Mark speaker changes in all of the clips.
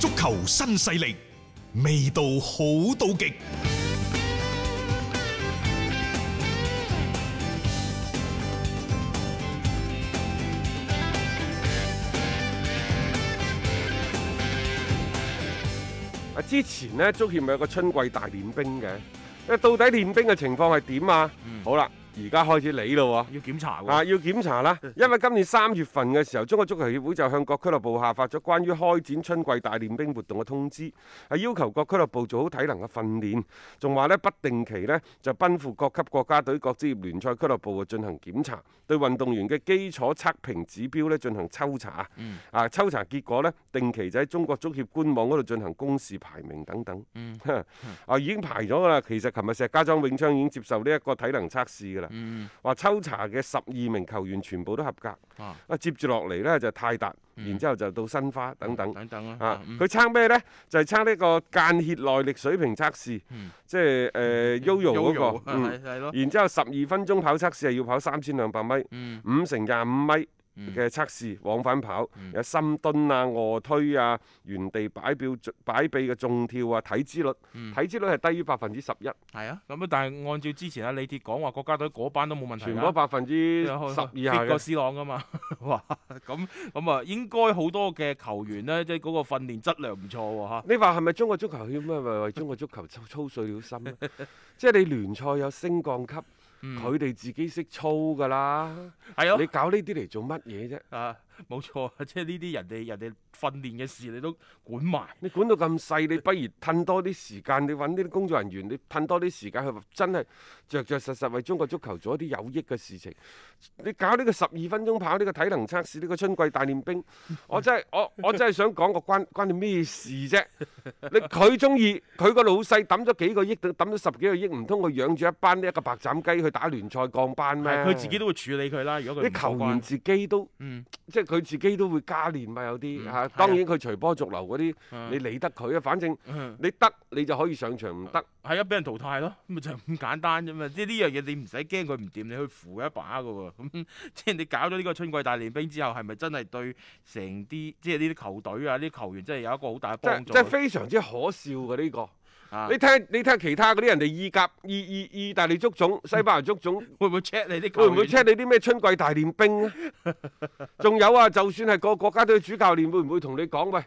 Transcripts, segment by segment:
Speaker 1: 球新勢力，味道好到極。
Speaker 2: 啊，之前呢，足協咪有個春季大練兵嘅，誒到底練兵嘅情況係點啊？好啦，而家開始理咯喎。
Speaker 3: 要檢查喎。
Speaker 2: 啊！要檢查啦，因為今年三月份嘅時候，中國足球協會就向各俱樂部下發咗關於開展春季大練兵活動嘅通知，係要求各俱樂部做好體能嘅訓練，仲話呢，不定期呢就奔赴各級國家隊、各職業聯賽俱樂部啊進行檢查，對運動員嘅基礎測評指標呢進行抽查。啊，抽查結果呢，定期就喺中國足協官網嗰度進行公示排名等等。 啊，已經排咗㗎啦。其實琴日石家莊永昌已經接受呢一個體能測試㗎啦。話抽查嘅十二名球員全部都合格。
Speaker 4: Ờ,
Speaker 3: 啊
Speaker 2: 啊，接住落嚟呢就泰達，然之後就到申花等等。
Speaker 3: 等等啦。
Speaker 4: ờ,
Speaker 2: 啊！
Speaker 3: 嗯
Speaker 2: 佢測咩呢？就係測呢個間歇耐力水平測試，
Speaker 3: 嗯
Speaker 2: 即係誒 Yoyo 嗰個。嗯
Speaker 3: 係係咯。
Speaker 2: 然之後十二分鐘跑測試係要跑三千兩百米，
Speaker 3: 嗯
Speaker 2: 五乘廿五米嘅測試往返跑，
Speaker 3: 嗯
Speaker 2: 有深蹲啊、卧推啊、原地擺表擺臂嘅縱跳啊、體脂率，體脂率係低於百分之十一，
Speaker 3: 嗯係啊，咁啊，但係按照之前阿李鐵講話，國家隊嗰班都冇問題
Speaker 2: 全
Speaker 3: 㗎
Speaker 2: 部百分之
Speaker 4: Ờ,
Speaker 2: 十以下
Speaker 3: 跌過
Speaker 2: 嘅。
Speaker 3: 斯朗噶嘛？ 哇！咁咁啊，應該好多嘅球員呢，即係嗰個訓練質量唔錯喎嚇。
Speaker 2: 你話係咪中國足球圈咩？為為中國足球操操碎了心啊？即係你聯賽有升降級，佢哋自己識操㗎啦。
Speaker 3: 係
Speaker 2: 你
Speaker 3: 咯，
Speaker 2: 搞呢啲嚟做乜嘢啫？
Speaker 3: 啊冇錯，即係呢啲人哋人哋訓練嘅事你都管埋。
Speaker 2: 你管到咁細，你不如褪多啲時間，你揾啲工作人員，你褪多啲時間去真係着着實實為中國足球做一啲有益嘅事情。你搞呢個十二分鐘跑，呢個體能測試，呢個春季大練 兵，我真係我我真係想講個關關你咩事啫？你佢中意，佢個老細抌咗幾個億，抌咗十幾個億，唔通佢養住一班呢一個白斬雞去打聯賽降班咩？
Speaker 3: 係佢自己都會處理佢啦。如果佢唔
Speaker 2: 啲球
Speaker 3: 過關
Speaker 2: 員自己都，
Speaker 3: 嗯
Speaker 2: 即係佢自己都會加練嘛，有啲
Speaker 3: 嗯
Speaker 2: 嚇、
Speaker 3: 係啊
Speaker 2: 當然佢隨波逐流嗰啲，
Speaker 3: 嗯
Speaker 2: 你理得佢啊？反正
Speaker 3: 嗯
Speaker 2: 你得你就可以上場，唔得
Speaker 3: 係啊，俾人淘汰咯，咁咪就係咁簡單啫嘛。即係呢樣嘢你唔使驚佢唔掂，你去扶一把噶喎。咁 即係你搞咗呢個春季大練兵之後，係咪真係對成啲即係呢啲球隊啊、呢啲球員真係有一個好大嘅
Speaker 2: 即係
Speaker 3: 幫助
Speaker 2: 即係非常之可笑嘅呢、個。
Speaker 3: 啊
Speaker 2: 你？睇你睇下其他嗰啲人哋意甲、意意意大利足
Speaker 3: 嗯
Speaker 2: 總、西班牙足總。
Speaker 3: 會唔會 check 你啲球
Speaker 2: 會
Speaker 3: 員？
Speaker 2: 唔會 check 你啲咩春季大練兵啊？ 仲有啊，就算係個國家隊嘅主教練，會唔會同你講喂？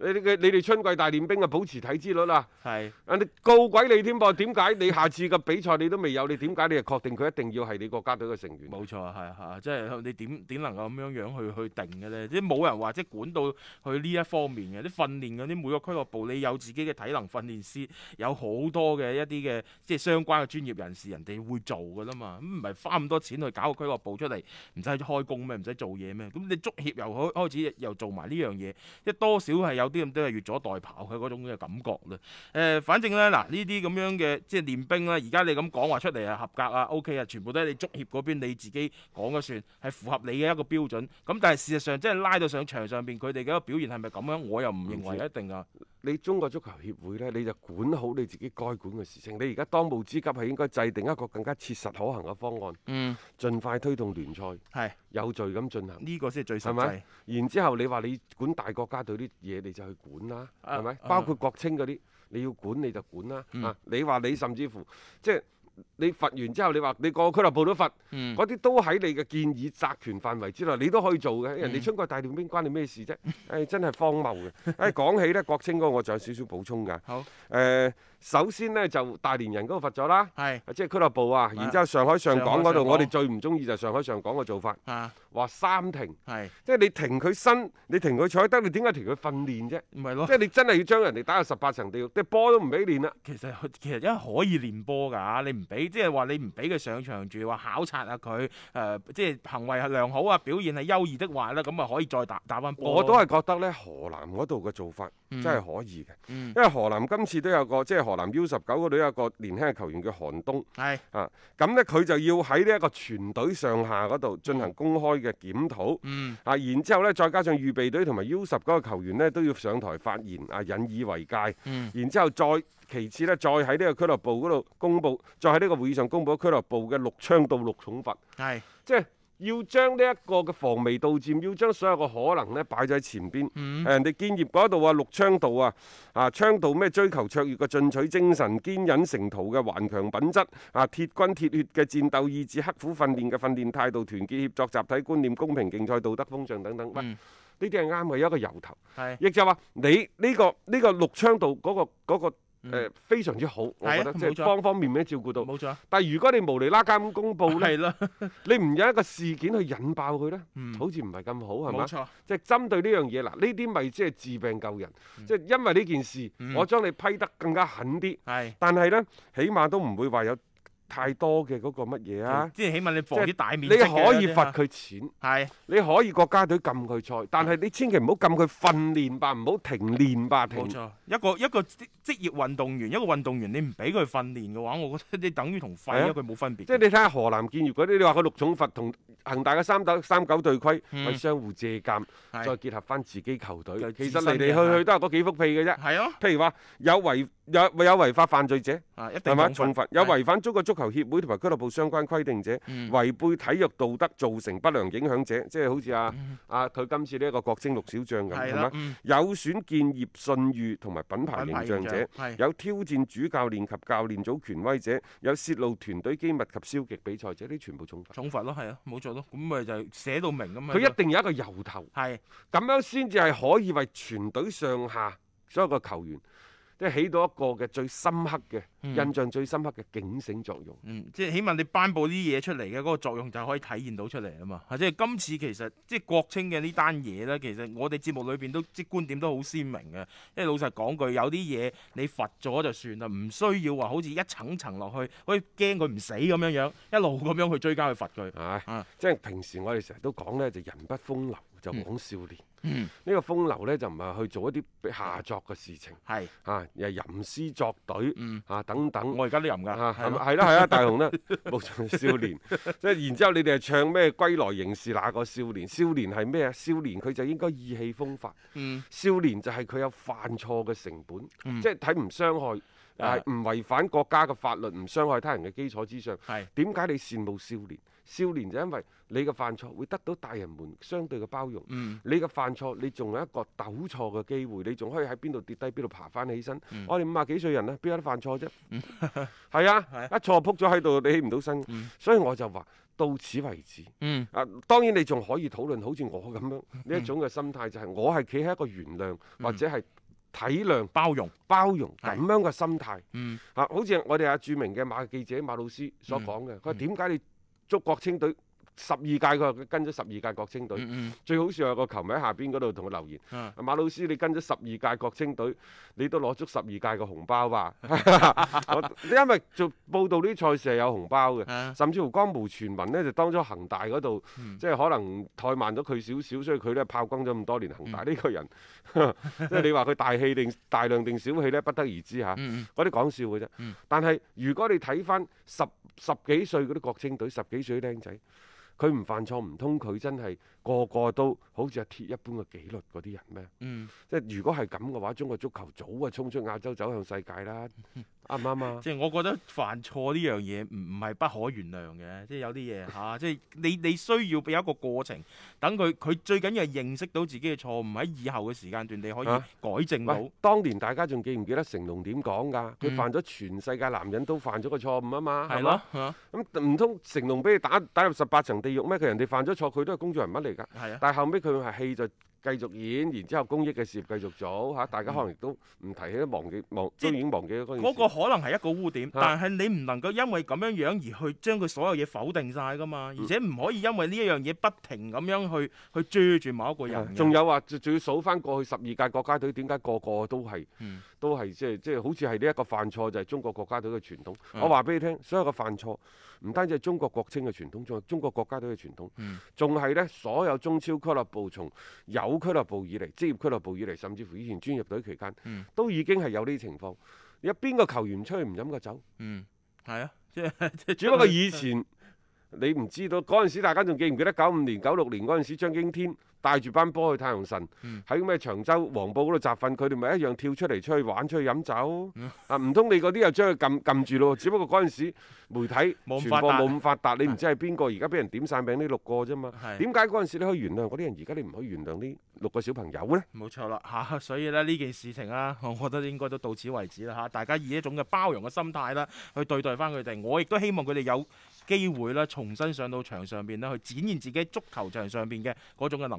Speaker 2: 你哋嘅你哋春季大練兵啊，保持體脂率啊！
Speaker 3: 係
Speaker 2: 人哋告鬼你添噃，點解你下次嘅比賽你都未有？你點解你係確定佢一定要係你國家隊嘅成員？
Speaker 3: 冇錯，係嚇，即係你點點能夠咁樣樣去去定嘅咧？即係冇人話即係管到去呢一方面嘅啲訓練嗰啲每個俱樂部，你有自己嘅體能訓練師，有好多嘅一啲嘅即係相關嘅專業人士，人哋會做噶啦嘛。咁唔係花咁多錢去搞個俱樂部出嚟，唔使開工咩？唔使做嘢咩？咁你足協又開開始又做埋呢樣嘢，即係多少係有啲咁多係越俎代庖嘅嗰種嘅感覺啦。誒、呃反正咧嗱，呢啲咁樣嘅即係練兵啦，而家你咁講話出嚟係合格啊，OK 啊，全部都係你足協嗰邊你自己講嘅算，係符合你嘅一個標準。咁但係事實上，即係拉到上場上邊，佢哋嘅一個表現係咪咁樣？我又唔認為一
Speaker 2: 嗯
Speaker 3: 定啊。
Speaker 2: 你中國足球協會呢，你就管好你自己該管嘅事情。你而家當務之急係應該制定一個更加切實可行嘅方案，
Speaker 3: 嗯，
Speaker 2: 盡快推動聯賽
Speaker 3: 係
Speaker 2: 有序咁進行。
Speaker 3: 呢、個先係最
Speaker 2: 係
Speaker 3: 實
Speaker 2: 咪
Speaker 3: 際。？
Speaker 2: 然之後你話你管大國家隊啲嘢，你就去管啦，
Speaker 3: 啊
Speaker 2: 係咪？
Speaker 3: 啊
Speaker 2: 包括國青嗰啲，你要管你就管啦。
Speaker 3: 嗯
Speaker 2: 啊，你話你甚至乎即係你罰完之後，你話你個個俱樂部都罰，
Speaker 3: 嗯
Speaker 2: 嗰啲都喺你嘅建議責權範圍之內，你都可以做嘅。
Speaker 3: 嗯
Speaker 2: 人哋春季大練兵關你咩事 啫？誒，真係荒謬嘅。誒，講起咧國青嗰個，我仲有少少補充㗎。
Speaker 3: 好
Speaker 2: 誒，首先呢，就大連人嗰個罰咗啦。
Speaker 3: 係
Speaker 2: 即係俱樂部啊，然之後上海上港嗰
Speaker 3: 上海
Speaker 2: 度，
Speaker 3: 上
Speaker 2: 我哋
Speaker 3: 港
Speaker 2: 最唔中意就係上海上港嘅做法，
Speaker 3: 啊，
Speaker 2: 話三停。
Speaker 3: 係
Speaker 2: 即係你停佢身，你停佢彩得，你點解停佢訓練啫？
Speaker 3: 唔係咯
Speaker 2: 即？係你真係要將人哋打入十八層地獄，啲波都唔俾練啦。
Speaker 3: 其實其實因為可以練波㗎，你唔俾即係話你唔俾佢上場住，話考察下佢誒、呃即係行為係良好啊，表現係優異的話咧，咁咪啊可以再打打翻波。
Speaker 2: 我都係覺得呢，河南嗰度嘅做法真係可以嘅，
Speaker 3: 嗯
Speaker 2: 因為河南今次都有個即係河南 U 十九嗰度有一個年輕嘅球員叫韓東
Speaker 3: 係
Speaker 2: 啊，咁呢，佢就要喺呢一個全隊上下嗰度進行公開嘅檢討。
Speaker 3: 嗯
Speaker 2: 啊，然之後呢，再加上預備隊同埋 U 十嗰個球員呢，都要上台發言啊，引以為戒。
Speaker 3: 嗯
Speaker 2: 然之後再其次呢，再喺呢個俱樂部嗰度公佈，再喺呢個會議上公佈俱樂部嘅六槍到六重罰，
Speaker 3: 係
Speaker 2: 即係要將呢一個嘅防微杜漸，要將所有嘅可能呢擺咗喺前邊。
Speaker 4: 嗯
Speaker 2: 誒人哋建業嗰度啊，陸昌道啊，啊昌道咩追求卓越嘅進取精神、堅忍成途嘅頑強品質，啊鐵軍鐵血嘅戰鬥意志、刻苦訓練嘅訓練態度、團結協作、集體觀念、公平競賽、道德風尚等等。喂，
Speaker 4: 嗯
Speaker 2: 呢啲係啱嘅，有一個由頭。
Speaker 4: 係
Speaker 2: 亦就話你呢、個呢、個陸昌道嗰、個嗰、個呃非常之好，我
Speaker 4: 嗯係啊
Speaker 2: 覺得即係
Speaker 4: 冇錯
Speaker 2: 方方面面都照顧到。
Speaker 4: 冇錯，
Speaker 2: 但係如果你無厘啦更咁公佈呢，
Speaker 4: 係啦，
Speaker 2: 你唔有一個事件去引爆佢呢，
Speaker 4: 嗯
Speaker 2: 好似唔係咁好係嘛
Speaker 4: 冇？錯，
Speaker 2: 即係針對呢樣嘢嗱，呢啲咪即係治病救人，即係因為呢件事，
Speaker 4: 嗯
Speaker 2: 我將你批得更加狠啲，
Speaker 4: 係。
Speaker 2: 但係呢，起碼都唔會話有太多嘅嗰個乜嘢啊。
Speaker 4: 即係起碼你防
Speaker 2: 即
Speaker 4: 啲大面
Speaker 2: 你
Speaker 4: 積
Speaker 2: 可
Speaker 4: 嘅嗰
Speaker 2: 以
Speaker 4: 啲
Speaker 2: 罰
Speaker 4: 啊，
Speaker 2: 佢錢，
Speaker 4: 係
Speaker 2: 你可以國家隊禁佢賽，但係你千祈唔好禁佢訓練吧，唔好停練吧，停
Speaker 4: 冇錯。一個一個職職業運動員，一個運動員，你唔俾佢訓練嘅話，我覺得你等於同
Speaker 2: 係
Speaker 4: 廢
Speaker 2: 啊
Speaker 4: 咗佢冇分別。
Speaker 2: 即係你睇下河南建業嗰啲，你話佢六重罰同恒大嘅三斗三九對規，
Speaker 4: 嗯
Speaker 2: 為相互借鑑，
Speaker 4: 係
Speaker 2: 再結合翻自己球隊
Speaker 4: 就，
Speaker 2: 其實
Speaker 4: 自
Speaker 2: 嚟
Speaker 4: 身
Speaker 2: 嚟
Speaker 4: 嘅
Speaker 2: 去去都係嗰幾幅屁嘅啫。
Speaker 4: 係咯，
Speaker 2: 譬如話有違有有違法犯罪者
Speaker 4: 啊一定
Speaker 2: 係咪重
Speaker 4: 重
Speaker 2: 罰，有違反中國足球協會同埋俱樂部相關規定者，
Speaker 4: 嗯
Speaker 2: 違背體育道德造成不良影響者，即係好似啊啊佢今次呢一個國青六小將咁
Speaker 4: 係
Speaker 2: 係
Speaker 4: 啦
Speaker 2: 咪，？
Speaker 4: 嗯
Speaker 2: 有損建業信譽同埋品牌形象者
Speaker 4: 品牌形象係，
Speaker 2: 有挑戰主教練及教練組權威者，有泄露團隊機密及消極比賽者，呢全部重罰。
Speaker 4: 重罰咯，係啊，冇錯咯，咁咪就係寫到明咁嘛。
Speaker 2: 佢一定有一個由頭，
Speaker 4: 係
Speaker 2: 咁樣先至係可以為全隊上下所有嘅球員，即係起到一個嘅最深刻嘅、
Speaker 4: 嗯
Speaker 2: 印象最深刻嘅警醒作用。
Speaker 4: 嗯，即係起碼你頒布呢啲嘢出嚟嘅嗰個作用就可以體現到出嚟啊嘛。啊即係今次其實即係國青嘅呢單嘢咧，其實我哋節目裏邊都即係觀點都好鮮明嘅。因為老實講句，有啲嘢你罰咗就算啦，唔需要話好似一層層落去，好似驚佢唔死咁樣樣，一路咁樣去追加去罰佢。
Speaker 2: 唉，
Speaker 4: 啊
Speaker 2: 即係平時我哋成日都講呢，就人不風流就枉少年。
Speaker 4: 嗯，
Speaker 2: 呢個風流呢，就唔係去做一啲下作嘅事情
Speaker 4: 係，
Speaker 2: 啊，又吟詩作對
Speaker 4: 嗯，
Speaker 2: 啊等等。
Speaker 4: 我而家都吟噶，
Speaker 2: 啊，
Speaker 4: 係
Speaker 2: 係咪
Speaker 4: 咯
Speaker 2: 係啦係 啦，大雄啦，冇錯，少年， 即係然之後你哋係唱咩歸來仍是那個少年，少年係咩啊？少年佢就應該意氣風發，
Speaker 4: 嗯，
Speaker 2: 少年就係佢有犯錯嘅成本，
Speaker 4: 嗯
Speaker 2: 即係睇唔傷害，
Speaker 4: 啊
Speaker 2: 係唔違反國家嘅法律，唔傷害他人嘅基礎之上。
Speaker 4: 係
Speaker 2: 點解你羨慕少年？少年就因為你嘅犯錯會得到大人們相對嘅包容。
Speaker 4: 嗯
Speaker 2: 你嘅犯錯，你仲有一個糾錯嘅機會，你仲可以喺邊度跌低邊度爬翻起身。
Speaker 4: 嗯
Speaker 2: 我哋五啊幾歲人啦，邊有得犯錯啫？係啊，一錯撲咗喺度，你起唔到身。所以我就話到此為止。
Speaker 4: 嗯
Speaker 2: 啊，當然你仲可以討論好似我咁 樣呢一種嘅心態，就係我係企喺一個原諒或者係體諒、
Speaker 4: 包容，
Speaker 2: 包容咁
Speaker 4: 嗯係
Speaker 2: 樣嘅心態。
Speaker 4: 嗯
Speaker 2: 啊，好似我哋阿著名嘅馬記者馬老師所講
Speaker 4: 嗯
Speaker 2: 嘅，佢話點解你捉國青隊十二屆，佢話佢跟咗十二屆國青隊。
Speaker 4: 嗯
Speaker 2: 最好笑有個球迷喺下邊嗰度同佢留言：
Speaker 4: 嗯啊，
Speaker 2: 馬老師，你跟咗十二屆國青隊，你都攞足十二屆嘅紅包 吧？ 我因為做報道呢啲賽事係有紅包嘅。
Speaker 4: 啊
Speaker 2: 甚至乎江湖傳聞呢，就當咗恒大嗰度，
Speaker 4: 嗯
Speaker 2: 即係可能怠慢咗佢少少，所以佢咧炮轟咗咁多年恒
Speaker 4: 嗯
Speaker 2: 大呢、個人， 即係你話佢大氣定大量定小氣呢，不得而知嚇。
Speaker 4: 嗯
Speaker 2: 嗰啲講笑嘅啫。
Speaker 4: 嗯
Speaker 2: 但係如果你睇翻十十幾歲嗰啲國青隊，十幾歲啲僆仔，佢唔犯錯，唔通佢真係個個都好似係鐵一般嘅紀律嗰啲人咩？
Speaker 4: 嗯，
Speaker 2: 即係如果係咁嘅話，中國足球早啊衝出亞洲走向世界 啦，啱唔啱啊？
Speaker 4: 即係我覺得犯錯呢樣嘢唔唔係不可原諒嘅，即係有啲嘢嚇，即係你你需要有一個過程，等佢佢最緊要係認識到自己嘅錯誤，喺以後嘅時間段你可以
Speaker 2: 啊
Speaker 4: 改正到。
Speaker 2: 喂，當年大家仲記唔記得成龍點講㗎？佢
Speaker 4: 嗯
Speaker 2: 犯咗全世界男人都犯咗個錯誤啊嘛，
Speaker 4: 係
Speaker 2: 嘛
Speaker 4: 咯，？係啊
Speaker 2: 咁唔通成龍俾你打打入十八層地獄咩？佢人哋犯咗錯，佢都係公眾人物 嚟㗎。
Speaker 4: 係啊，
Speaker 2: 但係後尾佢係戲就繼續演，然之後公益嘅事業繼續做嚇，大家可能亦都唔提起，都忘記忘，
Speaker 4: 嗯即
Speaker 2: 都
Speaker 4: 係
Speaker 2: 已經忘記咗嗰件
Speaker 4: 嗰
Speaker 2: 事。
Speaker 4: 個可能係一個污點，
Speaker 2: 嚇
Speaker 4: 但係你唔能夠因為咁樣樣而去將佢所有嘢否定晒㗎嘛，
Speaker 2: 嗯
Speaker 4: 而且唔可以因為呢一樣嘢不停咁樣去去追住某一個
Speaker 2: 啊
Speaker 4: 人嘅。
Speaker 2: 仲有話，仲仲要數翻過去十二屆國家隊，點解個個都係、
Speaker 4: 嗯
Speaker 2: 都係即係即係好似係呢一個犯錯就係中國國家隊嘅傳統。
Speaker 4: 嗯
Speaker 2: 我話俾你聽，所有嘅犯錯唔單止係中國國青嘅傳統，仲係中國國家隊嘅傳統
Speaker 4: 嗯，
Speaker 2: 仲係呢所有中超俱樂部從有俱樂部以嚟、職業俱樂部以嚟，甚至乎以前專業隊期間
Speaker 4: 嗯，
Speaker 2: 都已經係有呢啲情況。有邊個球員唔出去唔飲個酒？
Speaker 4: 嗯，係啊，即係即係
Speaker 2: 只不過以前你唔知道嗰陣時，大家仲記唔記得九五年、九六年嗰陣時，張經天帶住班波去太陽神，
Speaker 4: 嗯
Speaker 2: 喺咩、長洲黃埔嗰度集訓，佢哋咪一樣跳出嚟出去玩、出去飲酒。
Speaker 4: 嗯
Speaker 2: 啊，唔通你嗰啲又將佢撳撳住咯？只不過嗰陣時媒體
Speaker 4: 冇
Speaker 2: 傳
Speaker 4: 咁發
Speaker 2: 播
Speaker 4: 達
Speaker 2: 冇咁發達，你唔知係邊個，而家俾人點晒名呢六個啫嘛。
Speaker 4: 係啊
Speaker 2: 點解嗰陣時你可以原諒嗰啲人，而家你唔可以原諒呢六個小朋友呢？
Speaker 4: 冇錯啦，嚇、 所以咧呢件事情啦， 我覺得應該都到此為止啦嚇、大家以一種嘅包容嘅心態啦，去對待翻佢哋。我亦都希望佢哋有機會啦，重新上到場上邊啦，去展現自己足球場上邊嘅嗰種嘅能